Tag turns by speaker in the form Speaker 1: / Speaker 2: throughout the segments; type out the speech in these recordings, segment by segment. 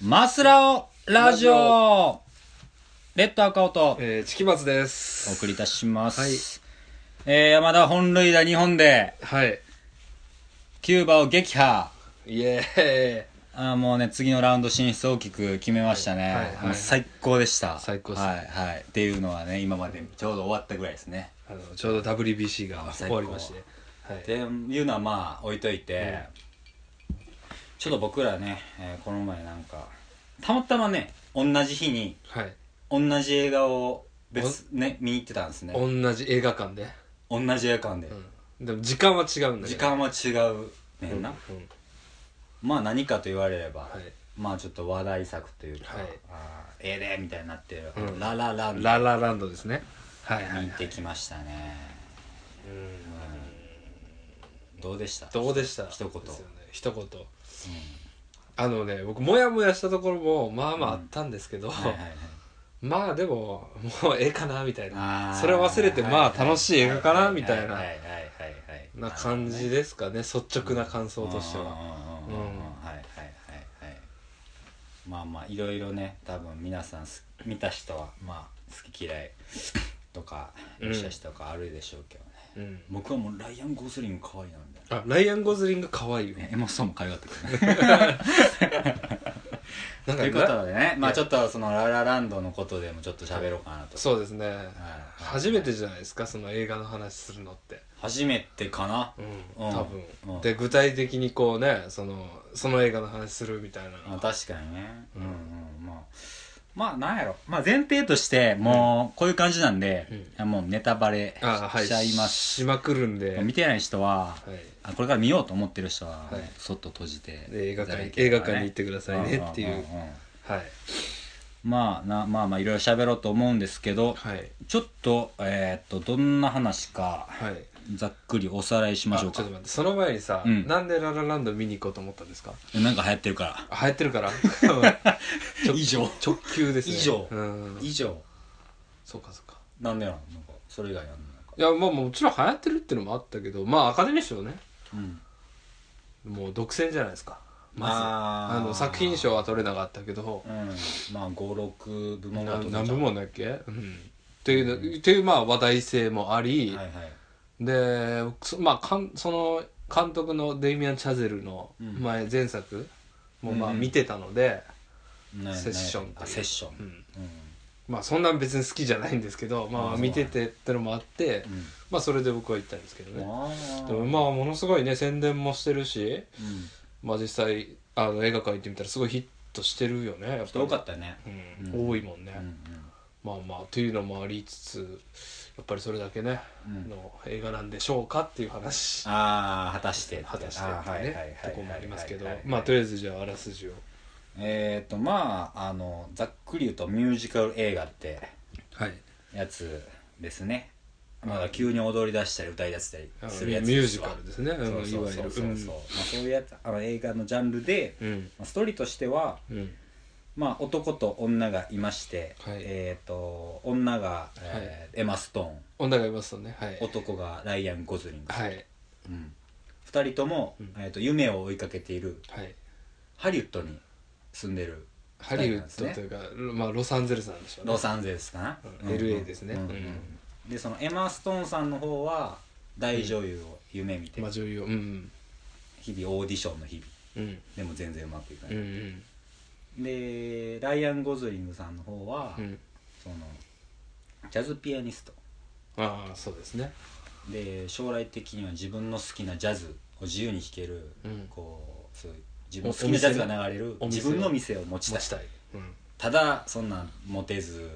Speaker 1: マスラオラジ
Speaker 2: ラジ
Speaker 1: オレッド赤音お
Speaker 2: えー、チキマツです。
Speaker 1: 送りいたします。えー、山田本塁打日本で、
Speaker 2: はい。
Speaker 1: キューバを撃破。
Speaker 2: イエーイ。
Speaker 1: あーもうね、次のラウンド進出大きく決めましたね。
Speaker 2: はいはいはい
Speaker 1: もう最高でした。
Speaker 2: 最高っす
Speaker 1: はい
Speaker 2: ね
Speaker 1: はい。っていうのはね、今までちょうど終わったぐらいですね。
Speaker 2: あの、ちょうど WBC が
Speaker 1: 最高
Speaker 2: 終わりまして。はい
Speaker 1: っていうのはまあ置いといて、ちょっと僕らね、えーこの前なんかたまたまね同じ日に
Speaker 2: はい。
Speaker 1: 同じ映画を別ね見に行ってたんですね
Speaker 2: 同じ映画館で。
Speaker 1: 同じ映画館で、
Speaker 2: うん。でも時間は違うんだけ
Speaker 1: 時
Speaker 2: ど。
Speaker 1: 間は違うねんな、
Speaker 2: うん。
Speaker 1: まあ何かと言われれば、
Speaker 2: はい。
Speaker 1: まあちょっと話題作というか、
Speaker 2: はい
Speaker 1: あーええでみたいになってる、
Speaker 2: うん
Speaker 1: ララランド
Speaker 2: ララランドですね。はいはい
Speaker 1: 見
Speaker 2: は
Speaker 1: て
Speaker 2: い。
Speaker 1: きましたね、
Speaker 2: うん
Speaker 1: どうでした
Speaker 2: どうでした
Speaker 1: 一言
Speaker 2: ですよね一言。あのね、僕、もやもやしたところも、まあまああったんですけど、
Speaker 1: はいはいはい
Speaker 2: まあでも、もうええかな、みたい
Speaker 1: あ
Speaker 2: な。
Speaker 1: ー
Speaker 2: それを忘れて、
Speaker 1: はい
Speaker 2: まあ楽しい映画か
Speaker 1: は
Speaker 2: な、
Speaker 1: は
Speaker 2: みたい
Speaker 1: は
Speaker 2: な
Speaker 1: は、いはいはいはい
Speaker 2: な感じですかね。率直な感想としては。
Speaker 1: うんうんうんうんうん
Speaker 2: う
Speaker 1: はい
Speaker 2: ん
Speaker 1: はいはいはいまあまあいろいろね多分皆さんす見た人はまあ好き嫌いとか
Speaker 2: うん
Speaker 1: 見た人とかあるでしょうけどね、
Speaker 2: うん
Speaker 1: 僕はもうライアン・ゴスリング可愛いなみたい
Speaker 2: あ、ライアン・ゴズリング可愛いよ
Speaker 1: な。エマ・ストーンも可愛かったけどね
Speaker 2: なん
Speaker 1: と
Speaker 2: か
Speaker 1: いうこと
Speaker 2: な
Speaker 1: でねまあちょっとそのララランドのことでもちょっと喋ろうかなと
Speaker 2: そうですね、
Speaker 1: い
Speaker 2: 初めてじゃないですかその映画の話するのって、
Speaker 1: 初めてかな
Speaker 2: う
Speaker 1: うんん
Speaker 2: 多分、
Speaker 1: うん
Speaker 2: で具体的にこうねそのその映画の話するみたいな
Speaker 1: まあ、
Speaker 2: のが
Speaker 1: 確かにね、う
Speaker 2: うんん
Speaker 1: うん、まあまあなんやろ、まあ、前提としてもうこういう感じなんで、
Speaker 2: うん
Speaker 1: いやもうネタバレし
Speaker 2: あはい
Speaker 1: ちゃいます、
Speaker 2: しまくるんで、はい
Speaker 1: 見てない人は、あこれから見ようと思ってる人は、
Speaker 2: はい
Speaker 1: そっと閉じて
Speaker 2: で映画館
Speaker 1: い
Speaker 2: に
Speaker 1: ただけれ
Speaker 2: 映画
Speaker 1: ばね
Speaker 2: 館に行ってくださいねっていう、
Speaker 1: んんんん
Speaker 2: はい
Speaker 1: まあなまあまあいろいろ喋ろうと思うんですけど、
Speaker 2: はい
Speaker 1: ちょっとえーっとどんな話か
Speaker 2: はい
Speaker 1: ざっくりおさらいしま
Speaker 2: あ
Speaker 1: し
Speaker 2: ち
Speaker 1: ょ
Speaker 2: ょ
Speaker 1: う
Speaker 2: っと
Speaker 1: か
Speaker 2: 待ってその前にさ、
Speaker 1: うん
Speaker 2: なんでララランド見に行こうと思ったんですか
Speaker 1: なんか流行ってるから
Speaker 2: あ流行ってるから ちょ
Speaker 1: 以上
Speaker 2: 直球ですね
Speaker 1: 以上
Speaker 2: うん
Speaker 1: 以上
Speaker 2: そうかそうか
Speaker 1: なんでやろなんかそれ以外やんのなんか
Speaker 2: いやまあもちろん流行ってるってのもあったけどまあアカデミー賞ね
Speaker 1: うん
Speaker 2: もう独占じゃないですかまずあ
Speaker 1: ま
Speaker 2: の作品賞は取れなかったけど
Speaker 1: うんまあ56部門
Speaker 2: な
Speaker 1: が
Speaker 2: 何部門だっけ、うん、っていう、
Speaker 1: うん
Speaker 2: っていうまあ話題性もあり、
Speaker 1: はいはい
Speaker 2: でそまあかんその監督のデイミアン・チャゼルの
Speaker 1: うん
Speaker 2: 前、前作もまあ
Speaker 1: うん
Speaker 2: 見てたので、
Speaker 1: ね
Speaker 2: セッション
Speaker 1: ね
Speaker 2: という
Speaker 1: あセッション
Speaker 2: う
Speaker 1: うん
Speaker 2: んまあそんなん別に好きじゃないんですけど、ま
Speaker 1: あ
Speaker 2: あ、
Speaker 1: そう
Speaker 2: 見ててってのもあってまあそれで僕は行ったんですけど
Speaker 1: うん
Speaker 2: ね
Speaker 1: あ
Speaker 2: でも
Speaker 1: ー
Speaker 2: まあものすごいね宣伝もしてるし
Speaker 1: うん
Speaker 2: まあ実際あの映画館行ってみたらすごいヒットしてるよねやっぱり
Speaker 1: 人多かったね
Speaker 2: うん
Speaker 1: うん
Speaker 2: 多いもんね、
Speaker 1: うん
Speaker 2: まあまあというのもありつつやっぱりそれだけね、
Speaker 1: うんうん
Speaker 2: の映画なんでしょうかっていう話
Speaker 1: ああ果たして
Speaker 2: 果たして
Speaker 1: あー
Speaker 2: って
Speaker 1: はいいうはいはい
Speaker 2: ねとこもありますけど
Speaker 1: はいはい
Speaker 2: まあとりあえずじゃああらすじを
Speaker 1: えっとまああのざっくり言うとミュージカル映画って
Speaker 2: はい
Speaker 1: やつですねまだ急に踊り出したり歌い出したりする
Speaker 2: ミ
Speaker 1: や
Speaker 2: ュ
Speaker 1: つですわ
Speaker 2: ージカルですね
Speaker 1: そう
Speaker 2: い
Speaker 1: そ
Speaker 2: わ
Speaker 1: う
Speaker 2: ゆ
Speaker 1: そ
Speaker 2: る
Speaker 1: うそうそうまあそういうやつあの映画のジャンルで
Speaker 2: うん
Speaker 1: まあストーリーとしては
Speaker 2: うん
Speaker 1: まあ、男と女がいまして、
Speaker 2: はい
Speaker 1: えっ、と女が、えーエマ・ストーン
Speaker 2: 女がいますよねはい
Speaker 1: 男がライアン・ゴズリング、
Speaker 2: はい
Speaker 1: うん、2人とも、
Speaker 2: うん
Speaker 1: えー、と夢を追いかけている
Speaker 2: はい
Speaker 1: ハリウッドに住んでる
Speaker 2: ハリウッドというか、まあロサンゼルスなんでしょうね
Speaker 1: ロサンゼルスかな、
Speaker 2: うん LA ですね
Speaker 1: うん
Speaker 2: うん
Speaker 1: でそのエマ・ストーンさんの方は大女優を夢見て、
Speaker 2: まあ女優をうん
Speaker 1: 日々オーディションの日々
Speaker 2: うん
Speaker 1: でも全然うまくいか
Speaker 2: う
Speaker 1: ない、
Speaker 2: ん
Speaker 1: でライアン・ゴズリングさんの方は、
Speaker 2: うん
Speaker 1: そのジャズピアニスト
Speaker 2: ああそうですね
Speaker 1: で将来的には自分の好きなジャズを自由に弾ける、
Speaker 2: うん
Speaker 1: こうそういう自分の好きなジャズが流れる
Speaker 2: お店
Speaker 1: 自分の店を持ちたい
Speaker 2: たいうん
Speaker 1: ただそんなんモテず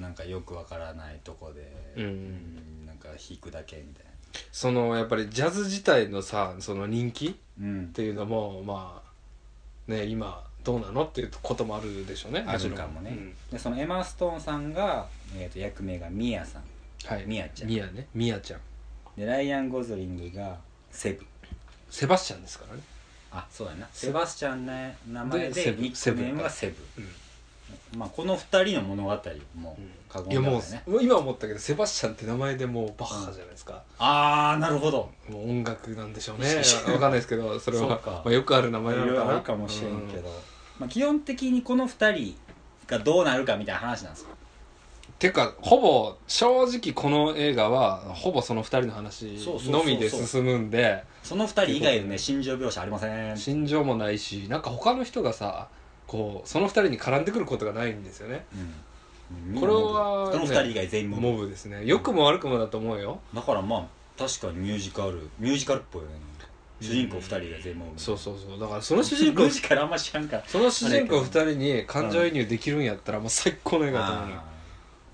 Speaker 1: なんかよくわからないとこで、
Speaker 2: うん
Speaker 1: うんなんか弾くだけみたい
Speaker 2: そのやっぱりジャズ自体のさその人気
Speaker 1: な、うん
Speaker 2: っ、ていうのもまあね今どうなのっていうこともあるでしょうね
Speaker 1: あるかもね、でそのエマ・ストーンさんが、えー、と役名がミヤさん
Speaker 2: はい
Speaker 1: ミヤちゃん
Speaker 2: ミヤねミヤちゃん
Speaker 1: でライアン・ゴズリングがセブ
Speaker 2: セバスチャンですからね
Speaker 1: あそうやな
Speaker 2: セ
Speaker 1: セバスチャンの名前
Speaker 2: で
Speaker 1: で
Speaker 2: セブ
Speaker 1: ニックネームがセブまあ、この2人の物語も過
Speaker 2: い
Speaker 1: 言
Speaker 2: や
Speaker 1: では
Speaker 2: も
Speaker 1: ない
Speaker 2: う
Speaker 1: ね、
Speaker 2: 今思ったけどセバスチャンって名前でもうバッハじゃないですか、
Speaker 1: ああなるほど
Speaker 2: もう音楽なんでしょうね
Speaker 1: そう
Speaker 2: わかんないですけどそれ
Speaker 1: そう
Speaker 2: は
Speaker 1: か
Speaker 2: まあ、よくある名
Speaker 1: い
Speaker 2: 前な
Speaker 1: ろい
Speaker 2: のか
Speaker 1: ろ
Speaker 2: な
Speaker 1: あるかもしれんけど、
Speaker 2: う
Speaker 1: まあ、基本的にこの2人がどうなるかみたいな話なんですよ
Speaker 2: てかほぼ正直この映画はほぼその2人の話
Speaker 1: そうそうそうそう
Speaker 2: のみで進むんで
Speaker 1: その2人以外のね心情描写ありません
Speaker 2: 心情もないしなんか他の人がさこうその2人に絡んでくることがないんですよね
Speaker 1: うん
Speaker 2: これは
Speaker 1: この2人以外全員も
Speaker 2: モブですね良くも悪くもだと思うよ
Speaker 1: だからまあ確かにミュージカルミュージカルっぽいよね主人公2人以外全員も
Speaker 2: そううそうそうだからその主人
Speaker 1: ミュ
Speaker 2: 公
Speaker 1: ージカルあんま知らんから
Speaker 2: その主人公2人に感情移入できるんやったらもう最高の映画だと思うのよ
Speaker 1: あ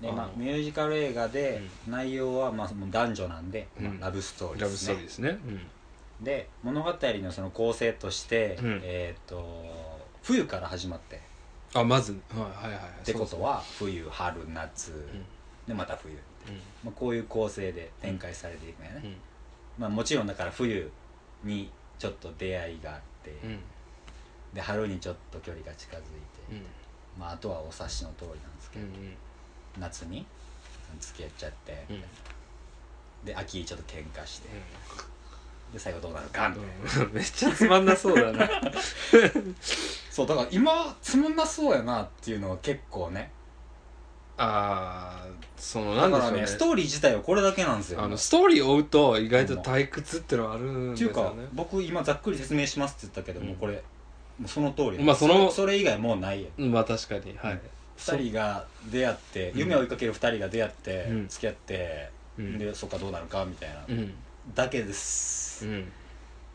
Speaker 1: ーでまあ
Speaker 2: あ、の
Speaker 1: ミュージカル映画で内容は、まあ、その男女なんで、
Speaker 2: うん
Speaker 1: ラブストーリー
Speaker 2: ラ
Speaker 1: で
Speaker 2: ブ
Speaker 1: す
Speaker 2: スト
Speaker 1: ね
Speaker 2: ーリーですねうん
Speaker 1: で物語のその構成として、
Speaker 2: うん
Speaker 1: えっ、と冬から始まってっ
Speaker 2: あまずはいはいはい
Speaker 1: てこ
Speaker 2: そう
Speaker 1: とは冬春夏、
Speaker 2: ん
Speaker 1: でまた冬、
Speaker 2: そううん
Speaker 1: まあ、こういう構成で展開されていくんやね、
Speaker 2: うん
Speaker 1: まあ、もちろんだから冬にちょっと出会いがあって、
Speaker 2: うん
Speaker 1: で春にちょっと距離が近づいて、
Speaker 2: うん
Speaker 1: まあ、あとはお察しの通りなんですけ
Speaker 2: う
Speaker 1: ど、
Speaker 2: ん
Speaker 1: 夏に付き合っちゃって、
Speaker 2: うん
Speaker 1: で秋にちょっと喧嘩してで最後どうなるかみたいな、
Speaker 2: うんめっちゃつまんなそうだな
Speaker 1: そうだから今つまんなそうやなっていうのは結構ね
Speaker 2: あーそのな
Speaker 1: だ
Speaker 2: ん
Speaker 1: か
Speaker 2: で
Speaker 1: ら
Speaker 2: しょう
Speaker 1: ね
Speaker 2: ね
Speaker 1: ストーリー自体はこれだけなんですよ
Speaker 2: あの
Speaker 1: っ
Speaker 2: ストーリーを追うと意外と退屈ってのはあるんで
Speaker 1: て
Speaker 2: す
Speaker 1: いうか
Speaker 2: よね
Speaker 1: 僕今ざっくり説明しますって言ったけど、
Speaker 2: うん
Speaker 1: もうこれもうその通りなんです
Speaker 2: まあその
Speaker 1: それ以外もうないや
Speaker 2: うんまあ確かにはい
Speaker 1: 2人が出会って
Speaker 2: うん
Speaker 1: 夢を追いかける2人が出会って、
Speaker 2: うん
Speaker 1: 付き合って、
Speaker 2: うん
Speaker 1: でそっかどうなるかみたいな、
Speaker 2: うん
Speaker 1: だけで
Speaker 2: う
Speaker 1: す、
Speaker 2: ん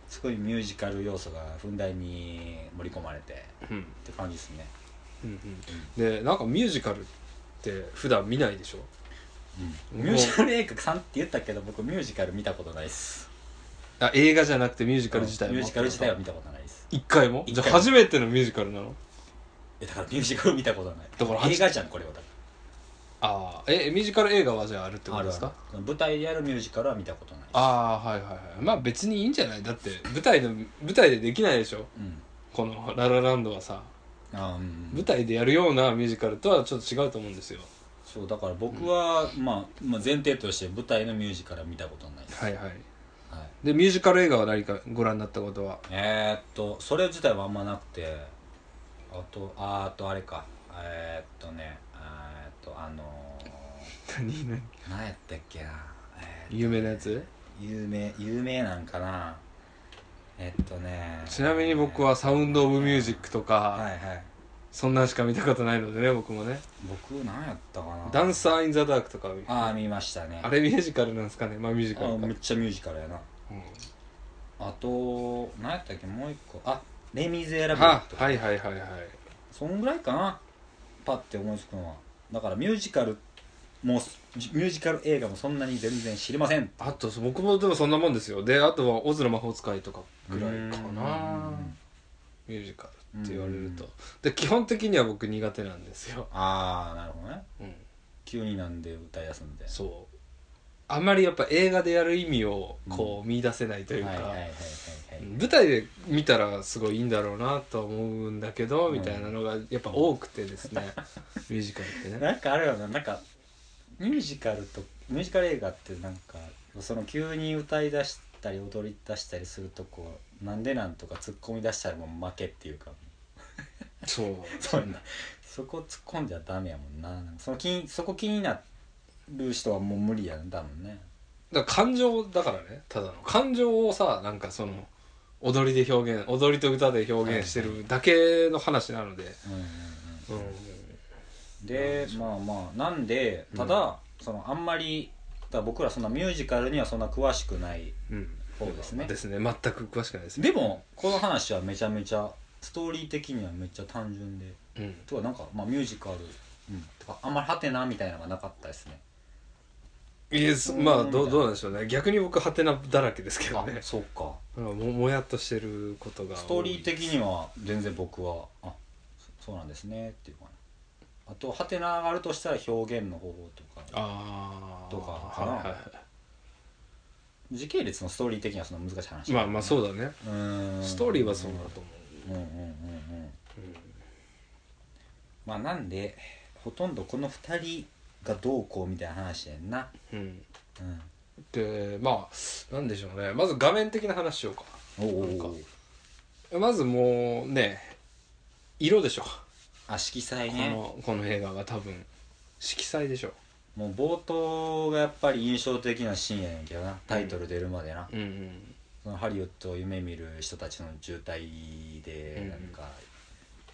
Speaker 1: すごいミュージカル要素がふんだんに盛り込まれてっ
Speaker 2: うん
Speaker 1: て感じですね、
Speaker 2: うんでなんかミュージカルって普段見ないでしょ
Speaker 1: ミュージカル映画さんって言ったけど僕ミュージカル見たことないです
Speaker 2: あ映画じゃなくてミュージ
Speaker 1: ミ
Speaker 2: カル自体も
Speaker 1: ミュージカル自体は見たことないです
Speaker 2: 一回も
Speaker 1: 一
Speaker 2: じゃ
Speaker 1: 回
Speaker 2: あ
Speaker 1: も
Speaker 2: 初めてのミュージカルなの
Speaker 1: えだからミュージカル見たことない
Speaker 2: だから
Speaker 1: 映画じゃんこれはだか
Speaker 2: ああえミュージカル映画はじゃああるって
Speaker 1: ら
Speaker 2: ことですか
Speaker 1: ある舞台でやるミュージカルは見たことないです
Speaker 2: ああはいはいはいまあ別にいいんじゃないだって舞台の舞台でできないでしょ
Speaker 1: うん
Speaker 2: この「ララランド」はさ
Speaker 1: あーうん
Speaker 2: 舞台でやるようなミュージカルとはちょっと違うと思うんですよ
Speaker 1: そうだから僕は、まあ、まあ前提として舞台のミュージカルは見たことないです、
Speaker 2: はいはい
Speaker 1: はい
Speaker 2: でミュージカル映画は何かご覧になったことは
Speaker 1: えー、っとそれ自体はあんまなくてあとあーあとあれかえー、っとねえー、っとあの
Speaker 2: 何何
Speaker 1: ー、何やったっけな、えー
Speaker 2: 有名なやつ
Speaker 1: 有名有名なんかなえっとね
Speaker 2: ちなみに僕は「サウンド・オブ・ミュージック」とか、
Speaker 1: はいはい
Speaker 2: そんなんしか見たことないのでね僕もね
Speaker 1: 僕何やったかな
Speaker 2: 「ダンサー・イン・ザ・ダーク」とか
Speaker 1: ああ見ましたね
Speaker 2: あれミュージカルなんですかねまあミュージカ
Speaker 1: あ
Speaker 2: ルか、
Speaker 1: めっちゃミュージカルやな
Speaker 2: うん
Speaker 1: あと何やったっけもう一個あレ・ミゼラブル
Speaker 2: あ
Speaker 1: とか
Speaker 2: はいはいはいはい
Speaker 1: そんぐらいかなパッて思いつくのはだからミュージカルもミュージカル映画もそんなに全然知りません
Speaker 2: あと僕もでもそんなもんですよであとは「オズの魔法使い」とかぐらいかなミュージカルって言われると
Speaker 1: うん
Speaker 2: で基本的には僕苦手なんですよ、
Speaker 1: ああなるほどね
Speaker 2: うん、
Speaker 1: 急になんで歌い出すんで
Speaker 2: そうあんまりやっぱ映画でやる意味をこう見出せないという
Speaker 1: はいはいはい
Speaker 2: か
Speaker 1: はいはい
Speaker 2: 舞台で見たらすごいいいんだろうなとは思うんだけど、
Speaker 1: うん
Speaker 2: みたいなのがやっぱ多くてです ねミュージカルってね
Speaker 1: なんかあれよななんかミュージカルとミュージカル映画ってなんかその急に歌い出したり踊り出したりするとこなんでなんとか突っ込み出したらもう負けっていうか
Speaker 2: そう
Speaker 1: そうやなそこ突っ込んじゃダメやもんななんかその気にそこ気になる人はもう無理やんだもんね
Speaker 2: だから感情だからねただの感情をさなんかその踊りで表現踊りと歌で表現してるだけの話なので、
Speaker 1: うんうん
Speaker 2: うん
Speaker 1: うんでまあまあなんでただ、そのあんまりだから僕らそんなミュージカルにはそんな詳しくない
Speaker 2: うん
Speaker 1: 方ですね
Speaker 2: ですね全く詳しくないです
Speaker 1: でもこの話はめちゃめちゃストーリー的にはめっちゃ単純で
Speaker 2: うん
Speaker 1: とはなんか、まあ、ミュージカル、うん、とかあんまりハテナみたいなのがなかったですね
Speaker 2: いやそまあどうどうなんでしょうね逆に僕ハテナだらけですけど
Speaker 1: あ
Speaker 2: ね
Speaker 1: そうか
Speaker 2: なんかももやっとしてることが多い
Speaker 1: ストーリー的には全然僕はあそそうなんですねっていうかなあとハテナがあるとしたら表現の方法とか
Speaker 2: ああ
Speaker 1: とかかな
Speaker 2: はいは
Speaker 1: 時系列のストーリー的にはそんな難しい話
Speaker 2: いまあまあそう
Speaker 1: だ
Speaker 2: だね、
Speaker 1: うーん
Speaker 2: ストーリーはそうだと思
Speaker 1: うんうんうんうん
Speaker 2: う、うん
Speaker 1: まあなんでほとんどこの2人がどうこうみたいな話やんな
Speaker 2: うん、
Speaker 1: うん
Speaker 2: でまあなんでしょうねまず画面的な話しようか
Speaker 1: おうおう
Speaker 2: な
Speaker 1: お
Speaker 2: ん
Speaker 1: う
Speaker 2: まずもうね色でしょ、
Speaker 1: あ色彩
Speaker 2: こ
Speaker 1: ね
Speaker 2: のこの映画が多分色彩でしょ
Speaker 1: もう冒頭がやっぱり印象的なシーンやねんけどなタイトル出るまでな、
Speaker 2: うんうん
Speaker 1: そのハリウッドを夢見る人たちの渋滞
Speaker 2: う
Speaker 1: で
Speaker 2: ん
Speaker 1: なんか、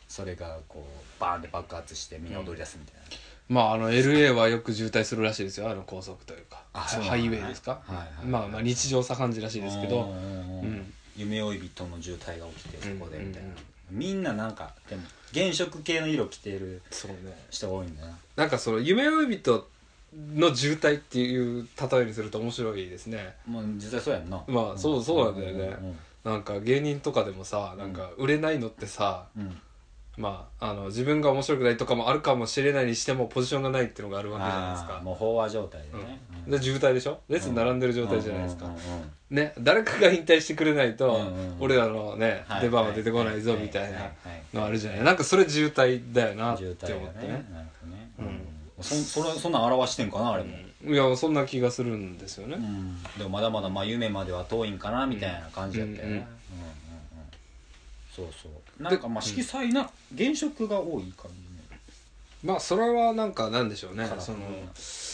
Speaker 1: それがこうバーンで爆発してみんな踊り出すみたいな、
Speaker 2: まああの LA はよく渋滞するらしいですよあの高速というか
Speaker 1: あそうなんだ
Speaker 2: ハイウェイですか、
Speaker 1: はいはい
Speaker 2: まあまあ日常茶飯事らしいですけど、
Speaker 1: うんうんうん
Speaker 2: うん
Speaker 1: 夢追い人の渋滞が起きてそこでみたいな、
Speaker 2: うんうん
Speaker 1: みんななんかでも原色系の色着てる
Speaker 2: そうね
Speaker 1: 人が多いんだな
Speaker 2: なんかその夢追い人の渋滞っていう例えにすると面白いですね
Speaker 1: もう実際そうやんな
Speaker 2: まあそうそうなんだよねなんか芸人とかでもさなんか売れないのってさ、
Speaker 1: うんうん
Speaker 2: まああの自分が面白くないとかもあるかもしれないにしてもポジションがないっていうのがあるわけじゃないです
Speaker 1: あー
Speaker 2: か
Speaker 1: もう飽和状態でね、
Speaker 2: うん、で渋滞でしょ列に並んでる状態じゃないですか、
Speaker 1: うんうんうんうん
Speaker 2: ね誰かが引退してくれないと、
Speaker 1: うんうん
Speaker 2: 俺らのね、
Speaker 1: はい
Speaker 2: 出番は出てこないぞみたい
Speaker 1: は
Speaker 2: な
Speaker 1: ははい
Speaker 2: のあるじゃないなんかそれ渋滞だよなって
Speaker 1: 渋
Speaker 2: 思って
Speaker 1: 滞がね
Speaker 2: ね
Speaker 1: なんかね、
Speaker 2: うん
Speaker 1: そそれそんなん表してんかなあれも、
Speaker 2: うんいやそんな気がするんですよね、
Speaker 1: うんでもまだまだまあ夢までは遠いんかなみたいな感じだったよね、
Speaker 2: う
Speaker 1: う
Speaker 2: ん
Speaker 1: ん
Speaker 2: うん
Speaker 1: うんうんそうそうなんかまあ色彩な、原色が多い感じね
Speaker 2: まあそれはなんかなんでしょうね
Speaker 1: カラフ
Speaker 2: そ
Speaker 1: ル
Speaker 2: の
Speaker 1: な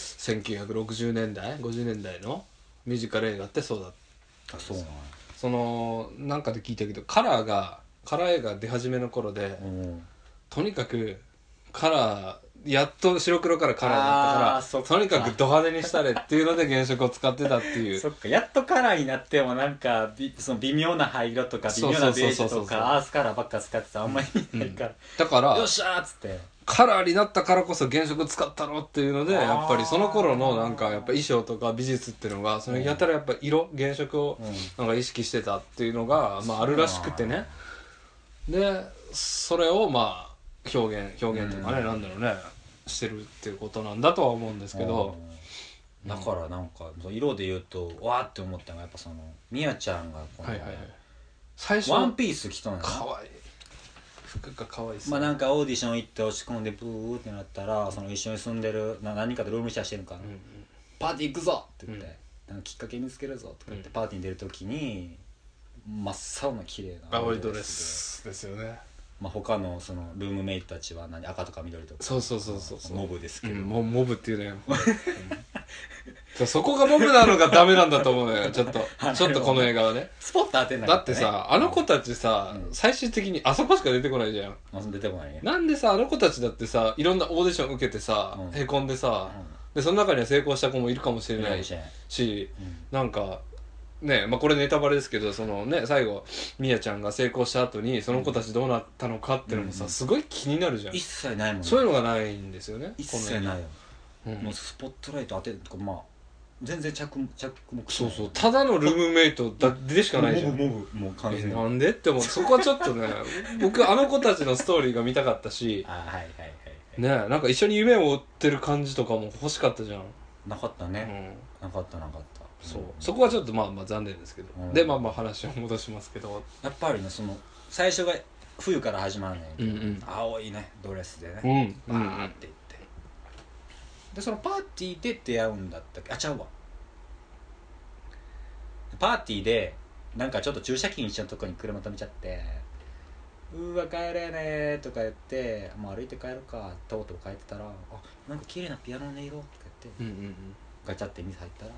Speaker 2: 1960年代50年代のミュージカル映画ってそうだ
Speaker 1: あそうなんや
Speaker 2: そのなんかで聞いたけどカラーがカラー映画出始めの頃で、
Speaker 1: うん
Speaker 2: とにかくカラーやっと白黒からカラー
Speaker 1: あー
Speaker 2: だった
Speaker 1: そ
Speaker 2: か
Speaker 1: っ
Speaker 2: ら
Speaker 1: か
Speaker 2: とにかくド派手にしたれっていうので原色を使ってたっていう
Speaker 1: そっかやっとカラーになってもなんかびその微妙な灰色とか微妙なベージ
Speaker 2: そうそうそう
Speaker 1: ュ
Speaker 2: そ
Speaker 1: と
Speaker 2: うそう
Speaker 1: かアースカラーばっか使ってたらあんまり見ないから、
Speaker 2: だから
Speaker 1: よっしゃーっつって
Speaker 2: カラーになったからこそ原色使ったろっていうので
Speaker 1: あー
Speaker 2: やっぱりその頃のなんかやっぱ衣装とか美術っていうのがそのやたらやっぱ色原色をなんか意識してたっていうのが、まあ、あるらしくてねでそれをまあ表現表現とかね、
Speaker 1: うん
Speaker 2: なんだろうねしてるっていうことなんだとは思うんですけど、
Speaker 1: うんだからなんかその色で言うとわーって思ったのがやっぱそのみやちゃんがこの
Speaker 2: はいはいはい最初
Speaker 1: ワンピース着とんのよ
Speaker 2: かわいい服がかわいいっす
Speaker 1: まあなんかオーディション行って落ち込んでブーってなったらその一緒に住んでるな何人かとルームシェアしてるんかな、
Speaker 2: うんうん
Speaker 1: パーティー行くぞって言って、
Speaker 2: う
Speaker 1: な
Speaker 2: ん
Speaker 1: んかきっかけ見つけるぞとか言って
Speaker 2: うん
Speaker 1: パーティーに出る時に真っ青な綺麗な
Speaker 2: 青いドレスですよね
Speaker 1: まあ、他のそのルームメイトたちは何赤とか緑とか
Speaker 2: そうそうそうそうそう
Speaker 1: モブですけ
Speaker 2: う
Speaker 1: ど、
Speaker 2: ん、モモブっていうね うんそこがモブなのがダメなんだと思うのよちょっとちょっとこの映画はね
Speaker 1: スポット当てなか
Speaker 2: だってさあの子たちさ、
Speaker 1: うん
Speaker 2: 最終的にあそこしか出てこないじゃん
Speaker 1: まあ出てこないね
Speaker 2: なんでさあの子たちだってさいろんなオーディション受けてさ、
Speaker 1: うん
Speaker 2: へこんでさ、
Speaker 1: う
Speaker 2: でその中には成功した子もいるかもしれ
Speaker 1: ん
Speaker 2: ない
Speaker 1: し
Speaker 2: しなんかねまあこれネタバレですけどそのね最後みやちゃんが成功した後にその子たちどうなったのかってのもさ、
Speaker 1: うん
Speaker 2: すごい気になるじゃん、
Speaker 1: 一切ないもんね
Speaker 2: そういうのがないんですよね
Speaker 1: 一切ないよ、
Speaker 2: この映画うん
Speaker 1: もうスポットライト当てるとかまあ全然着目着目し
Speaker 2: そ
Speaker 1: な
Speaker 2: う
Speaker 1: い
Speaker 2: そうただのルームメイトだでしかないじゃん
Speaker 1: モブモブもう完
Speaker 2: え
Speaker 1: 全に
Speaker 2: なんでって思うそこはちょっ とね僕あの子たちのストーリーが見たかったし
Speaker 1: あはいはいはいはい
Speaker 2: ねなんか一緒に夢を追ってる感じとかも欲しかったじゃん、
Speaker 1: なかった
Speaker 2: う
Speaker 1: ね、
Speaker 2: ん、
Speaker 1: なかったなかった
Speaker 2: そうんそこはちょっとまあまあ残念ですけど、
Speaker 1: うん
Speaker 2: でまあまあ話を戻しますけど
Speaker 1: やっぱりねその最初が冬から始まるね、
Speaker 2: うんうん
Speaker 1: 青いねドレスでね、
Speaker 2: うんうんう
Speaker 1: バーっ
Speaker 2: ん
Speaker 1: ていって、でそのパーティーで出会うんだったっけあちゃうわパーティーでなんかちょっと駐車禁止のとこに車止めちゃって「うわ帰れねー」とか言って「もう歩いて帰るか」とうとう帰ってたら「あなんか綺麗なピアノの音色」とか言って
Speaker 2: うんうん
Speaker 1: ガチャって店入ったら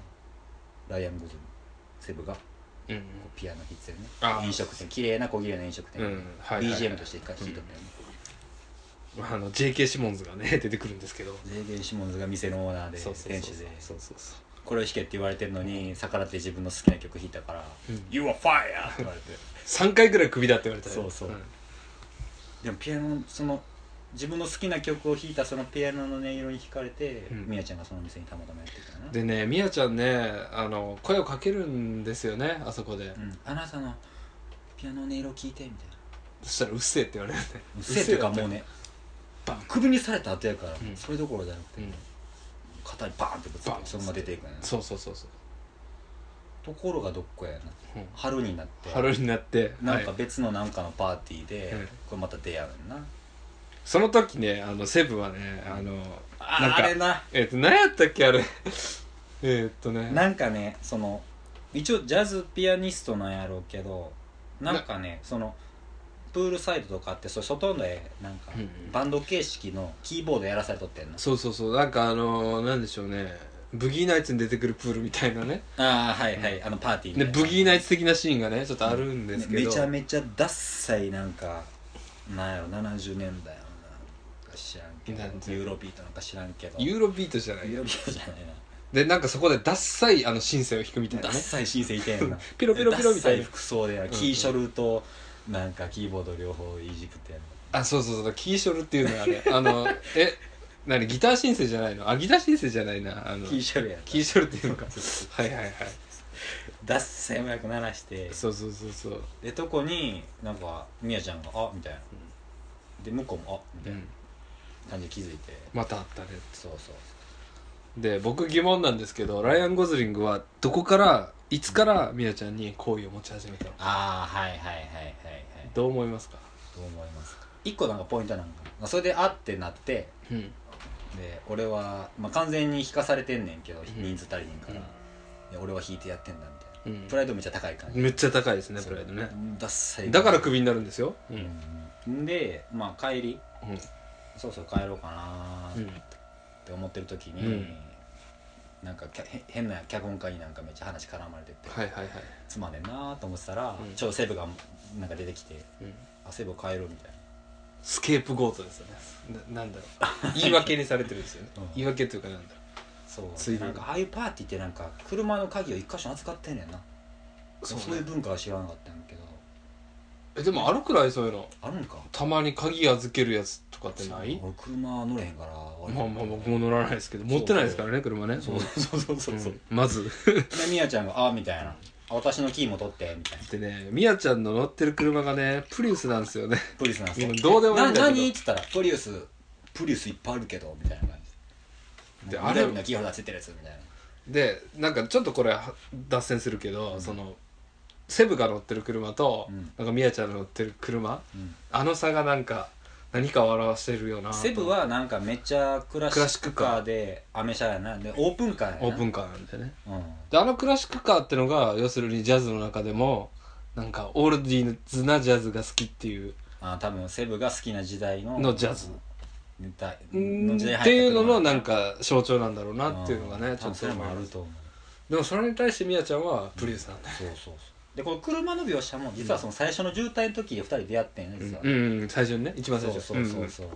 Speaker 1: ライアン・ゴズムセブがこ
Speaker 2: うんうん
Speaker 1: うピアノ弾いてるね
Speaker 2: あー
Speaker 1: 飲食店綺麗な小綺麗な飲食店、
Speaker 2: うんはいはいはい
Speaker 1: BGM として一回弾いとったよね、
Speaker 2: あの JK シモンズがね出てくるんですけど
Speaker 1: レーゲン・シモンズが店のオーナーで
Speaker 2: そうそうそう
Speaker 1: 店主で
Speaker 2: そうそうそ
Speaker 1: これを弾けって言われてるのに逆らって自分の好きな曲弾いたから
Speaker 2: う、うん
Speaker 1: 「You are fire!」って言われて
Speaker 2: 3回ぐらいクビだって言われたよ
Speaker 1: そうそうんでもピアノその自分の好きな曲を弾いたそのピアノの音色に惹かれて
Speaker 2: うん
Speaker 1: みや、ちゃんがその店にたまたまやってきたな
Speaker 2: でねみやちゃんねあの声をかけるんですよねあそこで、
Speaker 1: うんあなたのピアノの音色聞いて」みたいな
Speaker 2: そしたら「うっせえ」って言われるね
Speaker 1: うっせえっていうかもうねバンクビにされた後やから、
Speaker 2: ん
Speaker 1: それどころじゃなくて
Speaker 2: うん
Speaker 1: 肩にバーンってぶつか
Speaker 2: バ
Speaker 1: っ
Speaker 2: ン
Speaker 1: てそのまま出ていくね
Speaker 2: そうそうそうそう、
Speaker 1: ところがどっこやな
Speaker 2: うん
Speaker 1: 春になって
Speaker 2: ハロになって
Speaker 1: なんか
Speaker 2: はい
Speaker 1: 別のなんかのパーティーで、
Speaker 2: うん
Speaker 1: これまた出会うんな
Speaker 2: その時ねあのセブンはねあのなん
Speaker 1: あ
Speaker 2: か
Speaker 1: あれな
Speaker 2: えっ、と何やったっけあれ えーっとね
Speaker 1: なんかねその一応ジャズピアニストなんやろうけどなんかねそのプールサイドとかあってそれ外の絵なんか
Speaker 2: うんうん
Speaker 1: バンド形式のキーボードやらされとってんの、
Speaker 2: そうそうそうなんかあのー、なんでしょうねブギーナイツに出てくるプールみたいなね
Speaker 1: ああはいはい、あのパーティー
Speaker 2: でブギーナイ
Speaker 1: ツ
Speaker 2: ツ的なシーンがねちょっとあるんですけど、
Speaker 1: めちゃめちゃダッサいなんかなんやろ70年代のなんか知らんけど
Speaker 2: なんて
Speaker 1: ユーロビートなんか知らんけど
Speaker 2: ユーロビートじゃない
Speaker 1: ユーロビートじゃないな
Speaker 2: でなんかそこでダッサいあのシンセを弾くみたいな
Speaker 1: ダッ
Speaker 2: ね
Speaker 1: サい新生いてんな
Speaker 2: ピロピロピロみたい
Speaker 1: ダッサ
Speaker 2: な
Speaker 1: 服装でなキーショルとなんかキーボード両方いじくってやる
Speaker 2: あそうそうそうキーショルっていうのは あれあのえ何ギターシンセじゃないのあギターシンセじゃないなあの
Speaker 1: キーショルやん
Speaker 2: キーショルっていうのか
Speaker 1: そう
Speaker 2: はいはいはい
Speaker 1: ダッサい音楽鳴らして
Speaker 2: そうそうそうそう、
Speaker 1: でとこになんかみやちゃんが「あみたいなで向こうも「あみ
Speaker 2: う、
Speaker 1: たいなん感じで気づいて
Speaker 2: またあったね
Speaker 1: そうそう
Speaker 2: で僕疑問なんですけどライアン・ゴズリングはどこからいつからミヤちゃんに好意を持ち始めたの
Speaker 1: ああはいはいはいはいはい
Speaker 2: どう思いますか
Speaker 1: どう思いますか一個なんかポイントなんかなそれで「あ」ってなって
Speaker 2: うん
Speaker 1: で俺は、まあ、完全に引かされてんねんけど
Speaker 2: ん
Speaker 1: 人数足りへんから、いや俺は引いてやってんだみたいな
Speaker 2: うん
Speaker 1: プライドめっちゃ高い感じ
Speaker 2: めっちゃ高いですねプライドね
Speaker 1: ダッサい
Speaker 2: だからクビになるんですよう
Speaker 1: うんでまあ帰り
Speaker 2: うん
Speaker 1: そろそろ帰ろうかな
Speaker 2: う
Speaker 1: ーっ
Speaker 2: ん
Speaker 1: て思ってる時に、
Speaker 2: うん
Speaker 1: なんかきゃへ変な脚本家になんかめっちゃ話絡まれてて
Speaker 2: はいはいはい
Speaker 1: つまんねんなーと思ってたら、
Speaker 2: うん
Speaker 1: ちょうどセブがなんか出てきて
Speaker 2: うん
Speaker 1: 「あセブ帰ろう」みたい
Speaker 2: スケープゴートですよねななんだろう言い訳にされてるんですよね
Speaker 1: うん
Speaker 2: 言い訳というかなんだろ
Speaker 1: なそう
Speaker 2: ついに
Speaker 1: なんかああいうパーティーってなんか車の鍵を一箇所扱ってんねんな
Speaker 2: う
Speaker 1: そう,、
Speaker 2: ね
Speaker 1: いう文化は知らなかったんやけど
Speaker 2: えでもあるくらいそういうの
Speaker 1: あるんか
Speaker 2: たまに鍵預けるやつとかってない
Speaker 1: 俺車乗れへんから
Speaker 2: まあまあ僕も乗らないですけど持ってないですからね車ね
Speaker 1: そうそうそうそうそう、
Speaker 2: うんまず
Speaker 1: でみやちゃんが「あみたいな「あ私のキーも取って」みたいな
Speaker 2: でね、みやちゃんの乗ってる車がね、プリウスなんですよね。
Speaker 1: 「プリウスなんです
Speaker 2: も
Speaker 1: よ
Speaker 2: うどうでもいい
Speaker 1: なん
Speaker 2: だ
Speaker 1: 何?」
Speaker 2: け
Speaker 1: って言ったら「プリウスプリウスいっぱいあるけど」みたいな感じ
Speaker 2: で
Speaker 1: で
Speaker 2: あれ
Speaker 1: 緑のキーホルダーついてるやつみたいな
Speaker 2: ど。で、なんかちょっとこれは脱線するけど、その、セブが乗ってる車と、
Speaker 1: うん
Speaker 2: なんかみやちゃんの乗ってる車、
Speaker 1: うん
Speaker 2: あの差がなんか、何かを表してるよな。
Speaker 1: セブ、はなんかめっちゃクラシ
Speaker 2: クラシ
Speaker 1: ッ
Speaker 2: ック
Speaker 1: ク
Speaker 2: カ
Speaker 1: カ
Speaker 2: ー
Speaker 1: ーでアメ車やなでオープンカーやな
Speaker 2: オープンカーなんでね。
Speaker 1: うん
Speaker 2: で、あのクラシックカーってのが、要するにジャズの中でも、なんかオールディーズなジャズが好きっていう
Speaker 1: あ多分セブが好きな時代の
Speaker 2: のジャズ。
Speaker 1: ネタ
Speaker 2: うん
Speaker 1: の
Speaker 2: っ
Speaker 1: 時代
Speaker 2: ていうのの
Speaker 1: 流
Speaker 2: な
Speaker 1: 行
Speaker 2: ん
Speaker 1: った車
Speaker 2: か象徴なんだろうなっていうのが
Speaker 1: う
Speaker 2: ね
Speaker 1: ん
Speaker 2: ちょっと
Speaker 1: それもあると思う
Speaker 2: でもそれに対してみやちゃんはプリウスなんだよ
Speaker 1: そうそうそうでこの車の描写も実はその最初の渋滞の時2人出会ってんね実は、
Speaker 2: うん、うんうん、最初にね一番最
Speaker 1: そう
Speaker 2: 初
Speaker 1: そうそうそう、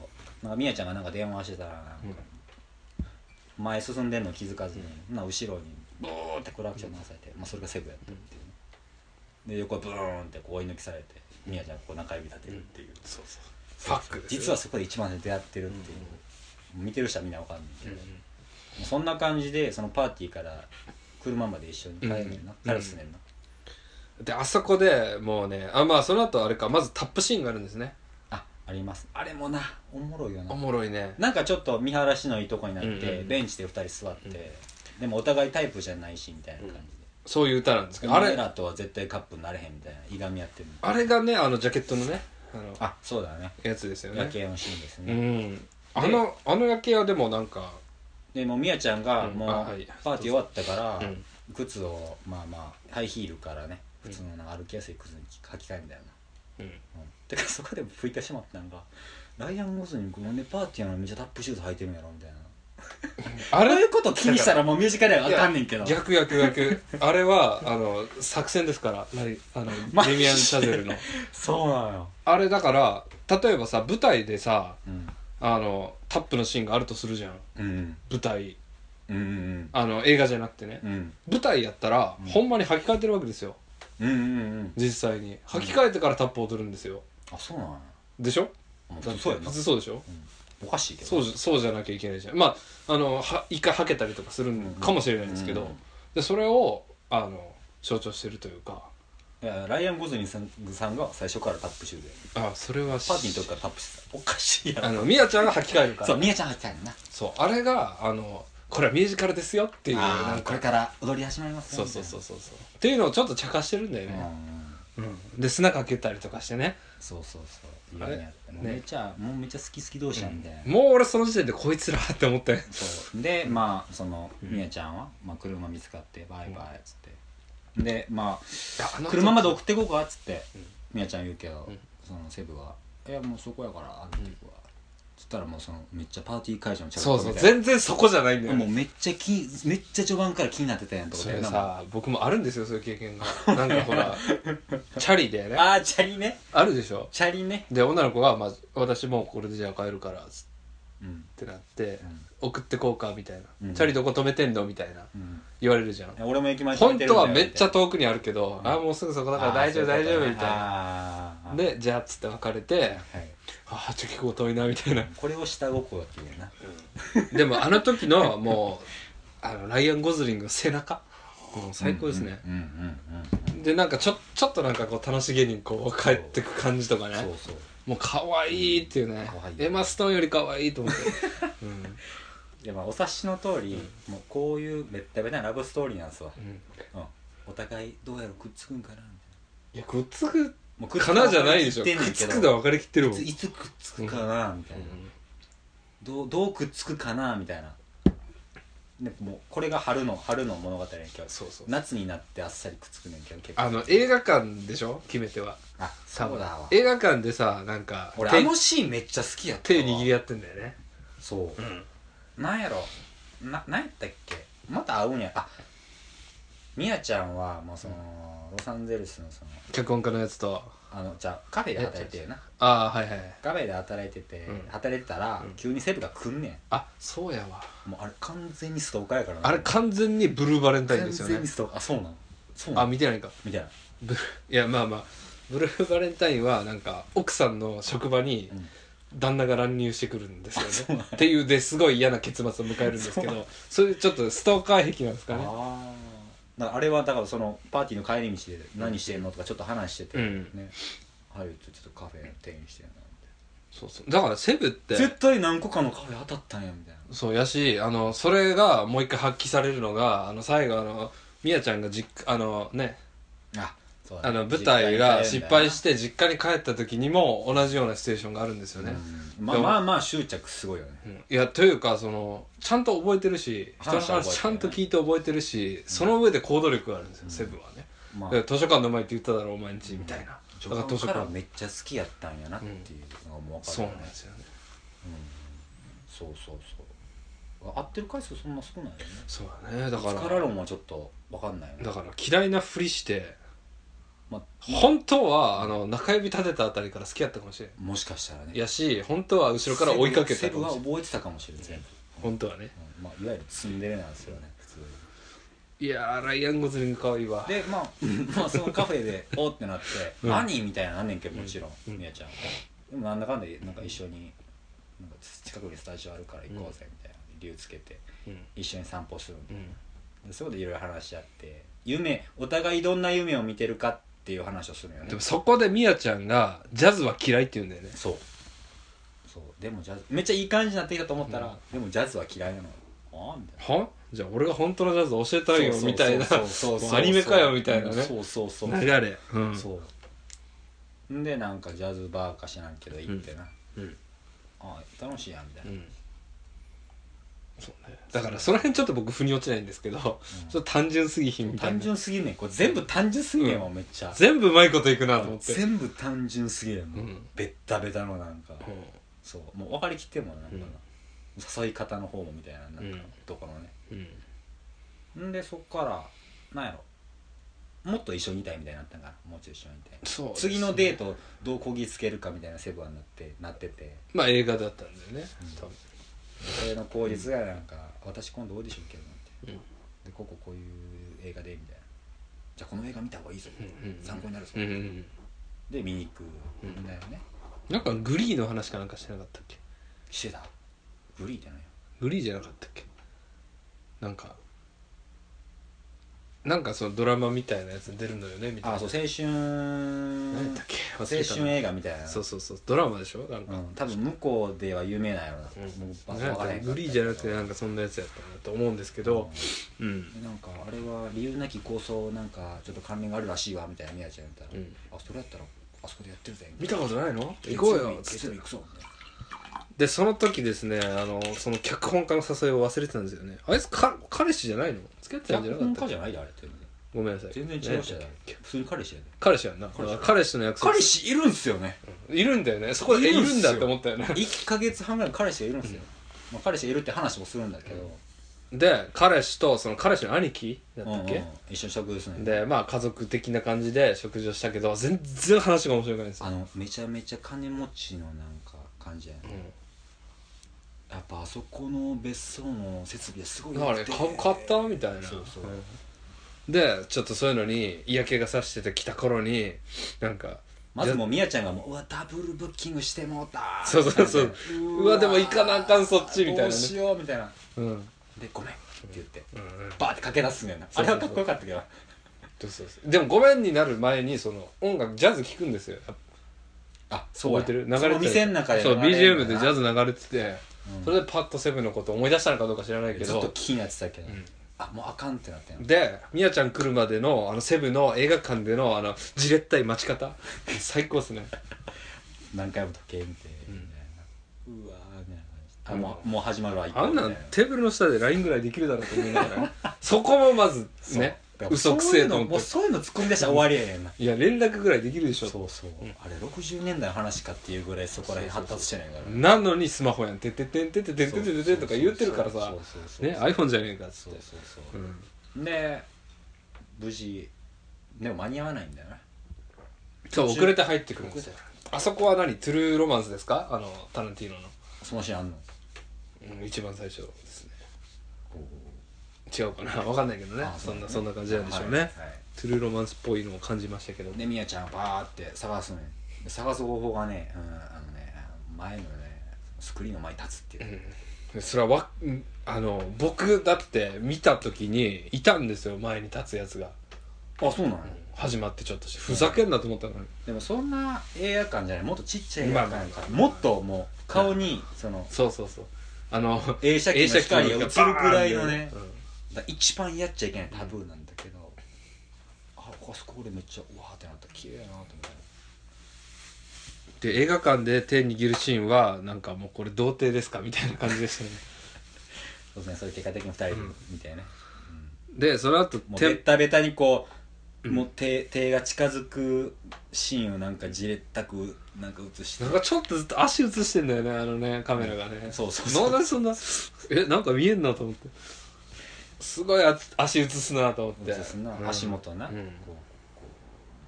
Speaker 1: なんかみやちゃんがなんか電話してたらなんか前進んでんの気づかずに、な後ろにブーってクラクション回されて、まあ、それがセブやったっていうね、で横ブーンってこう追い抜きされてみやちゃんがこう中指立てるっていう、
Speaker 2: そうそうファックです
Speaker 1: 実は
Speaker 2: は、
Speaker 1: そこで一番出会ってるっていう、見てる人はみんなわかんないけ
Speaker 2: うん
Speaker 1: ど、
Speaker 2: うん
Speaker 1: そんな感じでそのパーティーから車まで一緒に帰るねんな、
Speaker 2: うん
Speaker 1: 彼すねんな、
Speaker 2: であそこでもうねあまあその後あれかまずタップシーンがあるんですね
Speaker 1: あありますあれもなおもろいよな
Speaker 2: おもろいね
Speaker 1: なんかちょっと見晴らしのいいとこになって、
Speaker 2: うんうん
Speaker 1: ベンチで2人座って、でもお互いタイプじゃないしみたいな感じで、
Speaker 2: そういう歌なんですけどあ
Speaker 1: あれ
Speaker 2: れ
Speaker 1: らとは絶対カップになれへんみたいないがみ合ってる
Speaker 2: あれがねあのジャケットのねあの
Speaker 1: あそうだね
Speaker 2: やつですよ
Speaker 1: 夜
Speaker 2: ね
Speaker 1: 景のシーンです
Speaker 2: う
Speaker 1: ね、
Speaker 2: んあのあの夜景はでもなんか
Speaker 1: でもうみやちゃんが
Speaker 2: うん
Speaker 1: もう
Speaker 2: あはい
Speaker 1: パーティー終わったから、
Speaker 2: うん
Speaker 1: 靴をまあまあハイヒールからね普通のなんか歩きやすい靴に履き替えるんだよな、
Speaker 2: うん
Speaker 1: うんてかそこでも拭いてしまったんがライアン・ゴズリングなんでパーティーなのにめっちゃタップシューズ履いてるんやろみたいな
Speaker 2: あ
Speaker 1: あれ
Speaker 2: れ
Speaker 1: いうこと気にしたらもうミュージカルやからあかんねんけど
Speaker 2: 逆逆逆あれはあの作戦ですからラリあの
Speaker 1: マジ
Speaker 2: デ
Speaker 1: で
Speaker 2: ミアン・シャゼルの
Speaker 1: そうなのよ、
Speaker 2: あれだから例えばさ舞台でさ
Speaker 1: うん、
Speaker 2: あのタップのシーンがあるとするじゃん
Speaker 1: うん
Speaker 2: 舞台
Speaker 1: うんうん
Speaker 2: あの映画じゃなくてね、
Speaker 1: うんうん
Speaker 2: 舞台やったら、
Speaker 1: うん
Speaker 2: ほんまに履き替えてるわけですよ
Speaker 1: うんうんうん
Speaker 2: 実際に履き替えてからタップを踊るんですよ
Speaker 1: あそうなんや
Speaker 2: でしょ
Speaker 1: あ
Speaker 2: だって
Speaker 1: そうや
Speaker 2: 普
Speaker 1: な
Speaker 2: 通そうでしょ
Speaker 1: おかしいけど
Speaker 2: そうじゃそうじゃなきゃいけないじゃんまああのは一回履けたりとかするんかもしれないんですけど、
Speaker 1: うんうん
Speaker 2: でそれをあの象徴してるというか
Speaker 1: いやライアン・ゴズリンさんさんが最初からタップシューズや
Speaker 2: あそれ
Speaker 1: パ
Speaker 2: は
Speaker 1: ーティーの時からタップしてたおかしいや
Speaker 2: あ
Speaker 1: ろ
Speaker 2: のミヤちゃんが履き替えるから
Speaker 1: そ
Speaker 2: そうう
Speaker 1: ミヤちゃんが来たんやな
Speaker 2: あれがあのこれはミュージカルですよっていう
Speaker 1: あ
Speaker 2: な
Speaker 1: ー
Speaker 2: ん
Speaker 1: これか
Speaker 2: か
Speaker 1: ら踊り始まります
Speaker 2: そうそうそう
Speaker 1: う
Speaker 2: そうそうっていうのをちょっと茶化してるんだよ
Speaker 1: うん
Speaker 2: ね、うん、で砂かけたりとかしてね
Speaker 1: そうそうそう
Speaker 2: あれ
Speaker 1: いやもうめっちゃもうめっちゃ好き好き同士なんで
Speaker 2: もう俺その時点でこいつらって思って
Speaker 1: そうでまあその
Speaker 2: うん
Speaker 1: ミヤちゃんはまあ車見つかってバイバイっつってでまあ
Speaker 2: あの時
Speaker 1: 車まで送っていこうかっつって
Speaker 2: うん
Speaker 1: ミヤちゃん言うけど
Speaker 2: うん
Speaker 1: そのセブが「いやもうそこやから歩いていくわ」つったらもうそのめっちゃパーティー会場のチャ
Speaker 2: そうそう
Speaker 1: みたい
Speaker 2: 全然そこじゃないんだ
Speaker 1: な
Speaker 2: よ
Speaker 1: もうめっちゃ気めっちゃ序盤から気になってたやんとこ
Speaker 2: そ
Speaker 1: だよ
Speaker 2: れ
Speaker 1: な
Speaker 2: さ僕もあるんですよそういう経験がなんかほ らチャリでね
Speaker 1: ああチャリね
Speaker 2: あるでしょ
Speaker 1: チャリね
Speaker 2: で女の子が、まあ「私もうこれでじゃあ帰るから」つ
Speaker 1: うん
Speaker 2: ってなって
Speaker 1: うん
Speaker 2: 「送ってこうか」みたいな、
Speaker 1: うん
Speaker 2: チャリどこ止めてんの?」みたいな
Speaker 1: うん
Speaker 2: 言われるじゃん
Speaker 1: いや俺も駅前止め
Speaker 2: 本
Speaker 1: て
Speaker 2: 当
Speaker 1: るんだよ
Speaker 2: はめっちゃ
Speaker 1: みたい
Speaker 2: 遠くにあるけど、
Speaker 1: うん
Speaker 2: ああもうすぐそこだ
Speaker 1: な
Speaker 2: から大丈夫
Speaker 1: あー
Speaker 2: 大
Speaker 1: そうう
Speaker 2: 丈
Speaker 1: こ
Speaker 2: 夫
Speaker 1: と
Speaker 2: みたいな
Speaker 1: あー
Speaker 2: でじゃあっつって別れて
Speaker 1: はい
Speaker 2: ああちょっと結構遠いなみ たいな
Speaker 1: これを下心っていうな
Speaker 2: でもあの時のもうあのライアン・ゴズリングの背中もう最高ですね、
Speaker 1: うんうんうん
Speaker 2: でなんかちょちょっとなんかこう楽しげにこう帰ってく感じとか
Speaker 1: うんそ
Speaker 2: ね
Speaker 1: うそう
Speaker 2: もう可愛いっていうね
Speaker 1: 可愛い
Speaker 2: エマ・ストーンより可愛いと 思って、うん
Speaker 1: いやまあお察しの通りもうこういうベったべなラブストーリーなんですわ
Speaker 2: うん、
Speaker 1: うんお互いどうやらくっつくんかなみたいない
Speaker 2: やくっつく
Speaker 1: もうくっつ
Speaker 2: かなじゃないでしょく
Speaker 1: 言
Speaker 2: って
Speaker 1: んねん
Speaker 2: つ
Speaker 1: けど
Speaker 2: くのは分かりきってる
Speaker 1: い
Speaker 2: もん
Speaker 1: ついつくっつくかなみたいな、
Speaker 2: う
Speaker 1: どうどうくっつくかなみたいなでもうこれが春の春の物語やねんけど
Speaker 2: んそうそう
Speaker 1: 夏になってあっさりくっつくねんけど結構
Speaker 2: あの映画館でしょ決めては
Speaker 1: あそうだわ
Speaker 2: 映画館でさなんか
Speaker 1: 俺
Speaker 2: 手
Speaker 1: あのシーンめっちゃ好きやったわ
Speaker 2: 手握り合ってんだよね
Speaker 1: そう、
Speaker 2: ん
Speaker 1: なんやろななんやったっけまた会うんやあみやちゃんはもうその、ロサンゼルスのその
Speaker 2: 脚本家のやつと
Speaker 1: あのじゃあカフェで働いてるな
Speaker 2: ああはいはい
Speaker 1: カフェで働いてて、
Speaker 2: うん
Speaker 1: 働いてたら、
Speaker 2: うん
Speaker 1: 急にセブが来んね
Speaker 2: あそうやわ
Speaker 1: んもうあれ完全にストーカーやからな
Speaker 2: あれ完全にブルーバレンタインですよ
Speaker 1: 完全に
Speaker 2: ね
Speaker 1: ストーカーあそうなのそうな
Speaker 2: あ
Speaker 1: の
Speaker 2: 見てないか
Speaker 1: みたいな
Speaker 2: ブルいやまあまあブルーバレンタインはなんか奥さんの職場に
Speaker 1: うん
Speaker 2: 旦那が乱入してくるんですよね、っていうですごい嫌な結末を迎えるんですけどそういうちょっとストーカー癖なんですかね
Speaker 1: あああれはだからそのパーティーの帰り道で何してんのとかちょっと話してて、
Speaker 2: うん
Speaker 1: ねはいちょっとカフェの店員してんなみ
Speaker 2: そうそうだからセブったて
Speaker 1: いな絶対何個かのカフェ当たったんやみたいな
Speaker 2: そうやしあのそれがもう一回発揮されるのがあの最後あのみやちゃんが実家あのね
Speaker 1: あそうだね
Speaker 2: あの舞台が
Speaker 1: 実家に帰るんだ
Speaker 2: 失
Speaker 1: よな
Speaker 2: 敗して実家に帰った時にも同じようなシチュエーションがあるんですよね、
Speaker 1: うんまあ
Speaker 2: でも
Speaker 1: まあまあ執着すごいよね
Speaker 2: うんいやというかそのちゃんと覚えてるし人の
Speaker 1: 話は覚えてるね
Speaker 2: 話ちゃんと聞いて覚えてるしその上で行動力があるんですよ、セブンはね、
Speaker 1: まあ
Speaker 2: だから図書館の前って言っただろお前んちみたいな、
Speaker 1: 序
Speaker 2: だから
Speaker 1: 盤
Speaker 2: 図書
Speaker 1: から
Speaker 2: 館
Speaker 1: めっちゃ好きやったんやなっていうのがもう分か
Speaker 2: そ
Speaker 1: る
Speaker 2: う
Speaker 1: よ
Speaker 2: なん
Speaker 1: ね
Speaker 2: ですよね
Speaker 1: そうそうそう合ってる回数そんな少ないよね
Speaker 2: そうだねだか
Speaker 1: 力
Speaker 2: ら
Speaker 1: 論はちょっと分かんないよね
Speaker 2: だから嫌いなふりして
Speaker 1: まあ
Speaker 2: 本当はあの中指立てたあたりから好きやったかもしれん
Speaker 1: もしかしたらね
Speaker 2: やし本当は後ろから追いかけ
Speaker 1: セ
Speaker 2: たか
Speaker 1: ブ
Speaker 2: も
Speaker 1: は
Speaker 2: しれん
Speaker 1: 覚えてたかもしれない全部
Speaker 2: 本当はね
Speaker 1: うんまあ、いわゆるツンデレなんですよね普通
Speaker 2: いやーライアン・ゴズリング可愛いわ
Speaker 1: で、ま あ、まあそのカフェでおーってなって「
Speaker 2: うん
Speaker 1: 兄」みたいなのあんねんけどもちろん
Speaker 2: うん
Speaker 1: みやちゃんはでもなんだかんだなんか一緒になんか近くにスタジオあるから行こうぜみたいな理由つけて
Speaker 2: うん
Speaker 1: 一緒に散歩するん
Speaker 2: う
Speaker 1: で
Speaker 2: ん
Speaker 1: でそこでいろいろ話し合って夢お互いどんな夢を見てるかっていう話をするよね
Speaker 2: でもそこでミヤちゃんがジャズは嫌いって言うんだよね
Speaker 1: そうそうでもジャズめっちゃいい感じになってきたと思ったら、
Speaker 2: うん
Speaker 1: でもジャズは嫌いなのああみたいな
Speaker 2: はじゃあ俺が本当のジャズ教えたいよみたいな
Speaker 1: そうそうそうそう
Speaker 2: もう アニメかよみたいなね
Speaker 1: そうそうそう
Speaker 2: 流れうん
Speaker 1: そうでなんかジャズバーかしらんけど行ってな、
Speaker 2: うん
Speaker 1: ああ楽しいやんみたいうな、
Speaker 2: んそうねだからその辺ちょっと僕腑に落ちないんですけどちょっと単純すぎひんみたい
Speaker 1: 単
Speaker 2: な
Speaker 1: 純すぎんねんこれ全部単純すぎんねんもうめっちゃ、
Speaker 2: 全部うまいこといくなと思って
Speaker 1: 全部単純すぎるもう、
Speaker 2: うん
Speaker 1: ベッタベタのなんか、
Speaker 2: う
Speaker 1: そうもう分かりきってんもんなんかな、
Speaker 2: うん
Speaker 1: 誘い方の方もみたいななんか、
Speaker 2: うん
Speaker 1: どこのね
Speaker 2: んうん
Speaker 1: んでそっからなんやろもっと一緒にいたいみたいになったんかなもうちょい一緒にいたい
Speaker 2: そうですね
Speaker 1: 次のデートをどうこぎつけるかみたいなセブンになってなってて
Speaker 2: まあ映画だったんだよね多分
Speaker 1: それの口実がなんか「私今度オーディション受けるの」みたいな
Speaker 2: う
Speaker 1: 「
Speaker 2: ん
Speaker 1: でこここういう映画で」みたいな「じゃあこの映画見た方がいいぞ
Speaker 2: うんうん」
Speaker 1: 参考になるぞ
Speaker 2: うんうんうん
Speaker 1: で見に行くんだよね
Speaker 2: なんかグリーの話かなんかしてなかったっけ
Speaker 1: してたグリーじゃないよ
Speaker 2: グリーじゃなかったっけなんかなんかそのドラマみたいなやつに出るのよねみたいな
Speaker 1: あそう青春
Speaker 2: 何やったっけ
Speaker 1: 青
Speaker 2: 忘れたな
Speaker 1: 春映画みたいな
Speaker 2: そうそうそうドラマでしょなんか、
Speaker 1: うん多分向こうでは有名なんやろな
Speaker 2: うん
Speaker 1: 僕
Speaker 2: なん
Speaker 1: わ
Speaker 2: か
Speaker 1: からへんかったけど
Speaker 2: グリーじゃなくてなんかそんなやつやったなと思うんですけどうん、うん
Speaker 1: なんかあれは理由なき構想なんかちょっと関連があるらしいわみたいな宮ちゃん言ったら、あそれやったらあそこでやってるぜ
Speaker 2: 見たことないの行こうよ
Speaker 1: 月曜日行くぞみたいな
Speaker 2: でその時ですねあのその脚本家の誘いを忘れてたんですよねあいつか彼氏じゃないの付き合ってたんじゃな
Speaker 1: 脚
Speaker 2: かっ
Speaker 1: 本
Speaker 2: た
Speaker 1: 家
Speaker 2: っ
Speaker 1: じ
Speaker 2: け
Speaker 1: ゃないであれって
Speaker 2: ごめんなさい
Speaker 1: 全然違う人
Speaker 2: ね
Speaker 1: や普通に彼氏やで
Speaker 2: 彼氏やんな
Speaker 1: 彼氏
Speaker 2: 彼氏の約束
Speaker 1: 彼氏いるんすよね
Speaker 2: いるんだよねそこでえい
Speaker 1: いる
Speaker 2: る
Speaker 1: んすよ
Speaker 2: んだって思ったよね
Speaker 1: 1か月半ぐらいの彼氏がいるんですよ、まあ、彼氏がいるって話もするんだけど、
Speaker 2: で彼氏とその彼氏の兄貴だっ
Speaker 1: うん
Speaker 2: た
Speaker 1: う
Speaker 2: っ
Speaker 1: ん
Speaker 2: け、
Speaker 1: 一緒に食事するんだよ
Speaker 2: でまあ家族的な感じで食事をしたけど全然話が面白くないんですよ
Speaker 1: あのめちゃめちゃ金持ちのなんか感じやね、やっぱあそこの別荘の設備はすごい
Speaker 2: だから
Speaker 1: 良
Speaker 2: ね
Speaker 1: くて
Speaker 2: 株買ったみたいな
Speaker 1: そうそう
Speaker 2: でちょっとそういうのに嫌気がさしてて来た頃になんか
Speaker 1: まずもうみやちゃんがもううわダブルブッキングしてもうた
Speaker 2: そうそうそう
Speaker 1: みたいな
Speaker 2: うわでも行かなあかんそっちみたいなね
Speaker 1: どうしようみたいな
Speaker 2: うんうん
Speaker 1: でごめんって言って
Speaker 2: うん
Speaker 1: バーって駆け出すんだよな
Speaker 2: そ
Speaker 1: あ
Speaker 2: う
Speaker 1: れ
Speaker 2: そうそう
Speaker 1: はかっこよかったけど
Speaker 2: そうそうそうでもごめんになる前にその音楽ジャズ聴くんですよ
Speaker 1: あそう
Speaker 2: 覚
Speaker 1: や
Speaker 2: えてる流れ
Speaker 1: そ
Speaker 2: て
Speaker 1: の店の中で
Speaker 2: そう BGM でジャ
Speaker 1: ズ
Speaker 2: ズ流れててそれでパッとセブンのこと思い出したのかどうか知らないけ
Speaker 1: ずっと
Speaker 2: ど
Speaker 1: 気になってたけど
Speaker 2: うん
Speaker 1: あもうあかんってなってん
Speaker 2: でみやちゃん来るまでのあのセブンの映画館でのあのじれったい待ち方最高っすね
Speaker 1: 何回も時計見てみたいなうわーみたいな感じあもうもう始まるわ
Speaker 2: あんなん
Speaker 1: みたい
Speaker 2: テーブルの下で LINE ぐらいできるだろうと思いなが らそこもまず
Speaker 1: そう
Speaker 2: ね
Speaker 1: だから
Speaker 2: 嘘く
Speaker 1: そう
Speaker 2: せ
Speaker 1: い
Speaker 2: え
Speaker 1: う
Speaker 2: と
Speaker 1: の
Speaker 2: 思
Speaker 1: もう
Speaker 2: って
Speaker 1: そういうの突っ込み出したら終わりやねんない
Speaker 2: や連絡ぐらいできるでしょ
Speaker 1: そうそうあれ60年代の話かっていうぐらいそこら辺発達してないから
Speaker 2: なのにスマホやん「てってってんてっててんて
Speaker 1: そう
Speaker 2: っ
Speaker 1: そ
Speaker 2: て
Speaker 1: う
Speaker 2: て
Speaker 1: そう
Speaker 2: んてん」とか言ってるからさ
Speaker 1: そうそうそう
Speaker 2: ね iPhone じゃねえかっつ
Speaker 1: そ
Speaker 2: っ
Speaker 1: う
Speaker 2: て
Speaker 1: そうそう
Speaker 2: うん
Speaker 1: で無事でも間に合わないんだよな
Speaker 2: そう
Speaker 1: 途中
Speaker 2: 遅れて入ってくるんですよあそこは何トゥルーロマンスですかあのタランティーノの、
Speaker 1: そのシーンあんの
Speaker 2: うん、一番最初ですね違うかな分かんないけどね
Speaker 1: あ
Speaker 2: そんな
Speaker 1: そ
Speaker 2: そ
Speaker 1: うん
Speaker 2: な感じ
Speaker 1: じ
Speaker 2: なんでしょうね、トゥルーロマンスっぽいのを感じましたけど
Speaker 1: でみやちゃんはバーって探すのよで探す方法がね、うん、あのね前のねスクリーンの前に立つっていう、
Speaker 2: うんそれはわうんあの僕だって見た時にいたんですよ前に立つやつが
Speaker 1: あそうなの、
Speaker 2: 始まってちょっとしてふざけんなと思ったのに
Speaker 1: でもそんな映画館じゃないもっとちっちゃい映画館やからもっともう顔にその
Speaker 2: そうそうそうあの
Speaker 1: 映写機の光が映るくらいのね
Speaker 2: うん
Speaker 1: だから一番やっちゃいけないタブーなんだけど、ああそこ俺めっちゃうわーってなった綺麗やなと思って
Speaker 2: で映画館で手握るシーンはなんかもうこれ童貞ですかみたいな感じでしたね
Speaker 1: そうですねそれ結果的に2人でみたいなね、
Speaker 2: でその後
Speaker 1: もうベ
Speaker 2: て
Speaker 1: タベタにこう、もう手手が近づくシーンをなんかじれったくなんか映して
Speaker 2: なんかちょっとずっと足映してんだよねあのねカメラがね、
Speaker 1: そうそうそう
Speaker 2: なんでそんなえなんか見えんなと思ってすごいあ足映すなと思って
Speaker 1: 映すな、
Speaker 2: うん
Speaker 1: 足元な、
Speaker 2: うん
Speaker 1: こうこう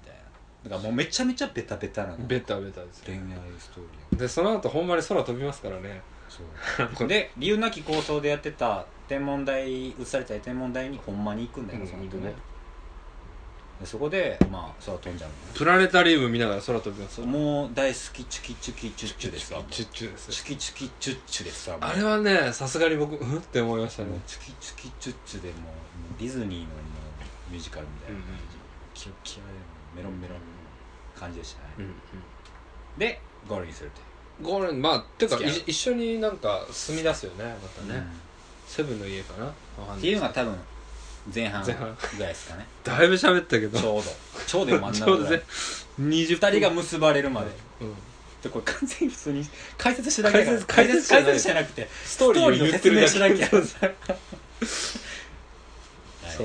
Speaker 1: みたいなだからもうめちゃめちゃベタベタなの
Speaker 2: ベタベタですよ
Speaker 1: 恋愛ストーリー
Speaker 2: でその後ほんまに空飛びますからね
Speaker 1: そうで理由なき構想でやってた天文台移された天文台にほんまに行くんだよ、
Speaker 2: うん
Speaker 1: その
Speaker 2: 行
Speaker 1: 後
Speaker 2: くね
Speaker 1: ねでそこでまあ空飛んじゃうのね
Speaker 2: プラネタリウム見ながら空飛びます
Speaker 1: そうもう大好きチュキチュキチュッチュですか
Speaker 2: チュッチュです
Speaker 1: チュキチュキチュッチュですか
Speaker 2: あれはねさすがに僕うんって思いましたね
Speaker 1: もうチュキチュキチュッチュでもうもうディズニーのもうミュージカルみたいな感じ、キラキラでもうメロンメロンの感じでしたね、でゴールにするとい
Speaker 2: ゴーレンまあてか
Speaker 1: 付き合う
Speaker 2: い一緒になんか住み出すよねま
Speaker 1: う
Speaker 2: たね、セブンの家かなわかんな
Speaker 1: っ
Speaker 2: い
Speaker 1: ていうのが多分前半ぐ
Speaker 2: 前半
Speaker 1: らいですかね
Speaker 2: だいぶ喋ったけど
Speaker 1: ち
Speaker 2: ちょ
Speaker 1: ょうどちょうど真ん中
Speaker 2: う
Speaker 1: ぐ
Speaker 2: ど
Speaker 1: らい
Speaker 2: 20
Speaker 1: 二人が結ばれるまで
Speaker 2: うん
Speaker 1: でこれ完全に普通に解説してるだけだから
Speaker 2: 解説解
Speaker 1: 解
Speaker 2: 説
Speaker 1: 説
Speaker 2: し
Speaker 1: しててなくて
Speaker 2: ス
Speaker 1: スト
Speaker 2: トー
Speaker 1: ー
Speaker 2: リ
Speaker 1: リーを
Speaker 2: ーを言っ
Speaker 1: 説
Speaker 2: てる
Speaker 1: 明
Speaker 2: だ
Speaker 1: し
Speaker 2: け
Speaker 1: なきゃ
Speaker 2: そう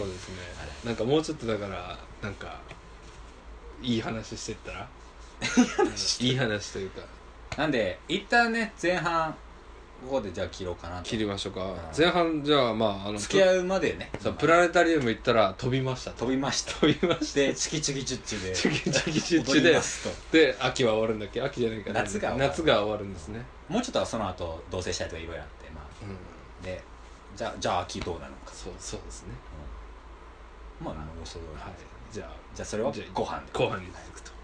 Speaker 1: はい
Speaker 2: ですねなんかもうちょっとだからなんかいい話してったらいい話というか
Speaker 1: なんで一旦ね前半ここでじゃあ切ろうかなと
Speaker 2: 切りましょうか
Speaker 1: い
Speaker 2: 前半じゃあまああの
Speaker 1: 付き合うまでね
Speaker 2: さプラネタリウム行ったら飛びましたと
Speaker 1: 飛びました
Speaker 2: 飛びました
Speaker 1: でチキチキチュッチュで
Speaker 2: チュキチュキチュッチュ
Speaker 1: 踊り
Speaker 2: で
Speaker 1: ますと
Speaker 2: で秋は終わるんだっけ秋じゃないかな
Speaker 1: 夏が終わる
Speaker 2: 夏が終わるんですね、
Speaker 1: もうちょっとその後同棲したりとかいろいろあってま
Speaker 2: うん、
Speaker 1: あでじゃあじゃあ秋どうなのか
Speaker 2: そうそうですね
Speaker 1: まあもう予想通り
Speaker 2: はいじゃあ
Speaker 1: じゃあそれを
Speaker 2: じゃあ
Speaker 1: ご飯で
Speaker 2: 後半に行くと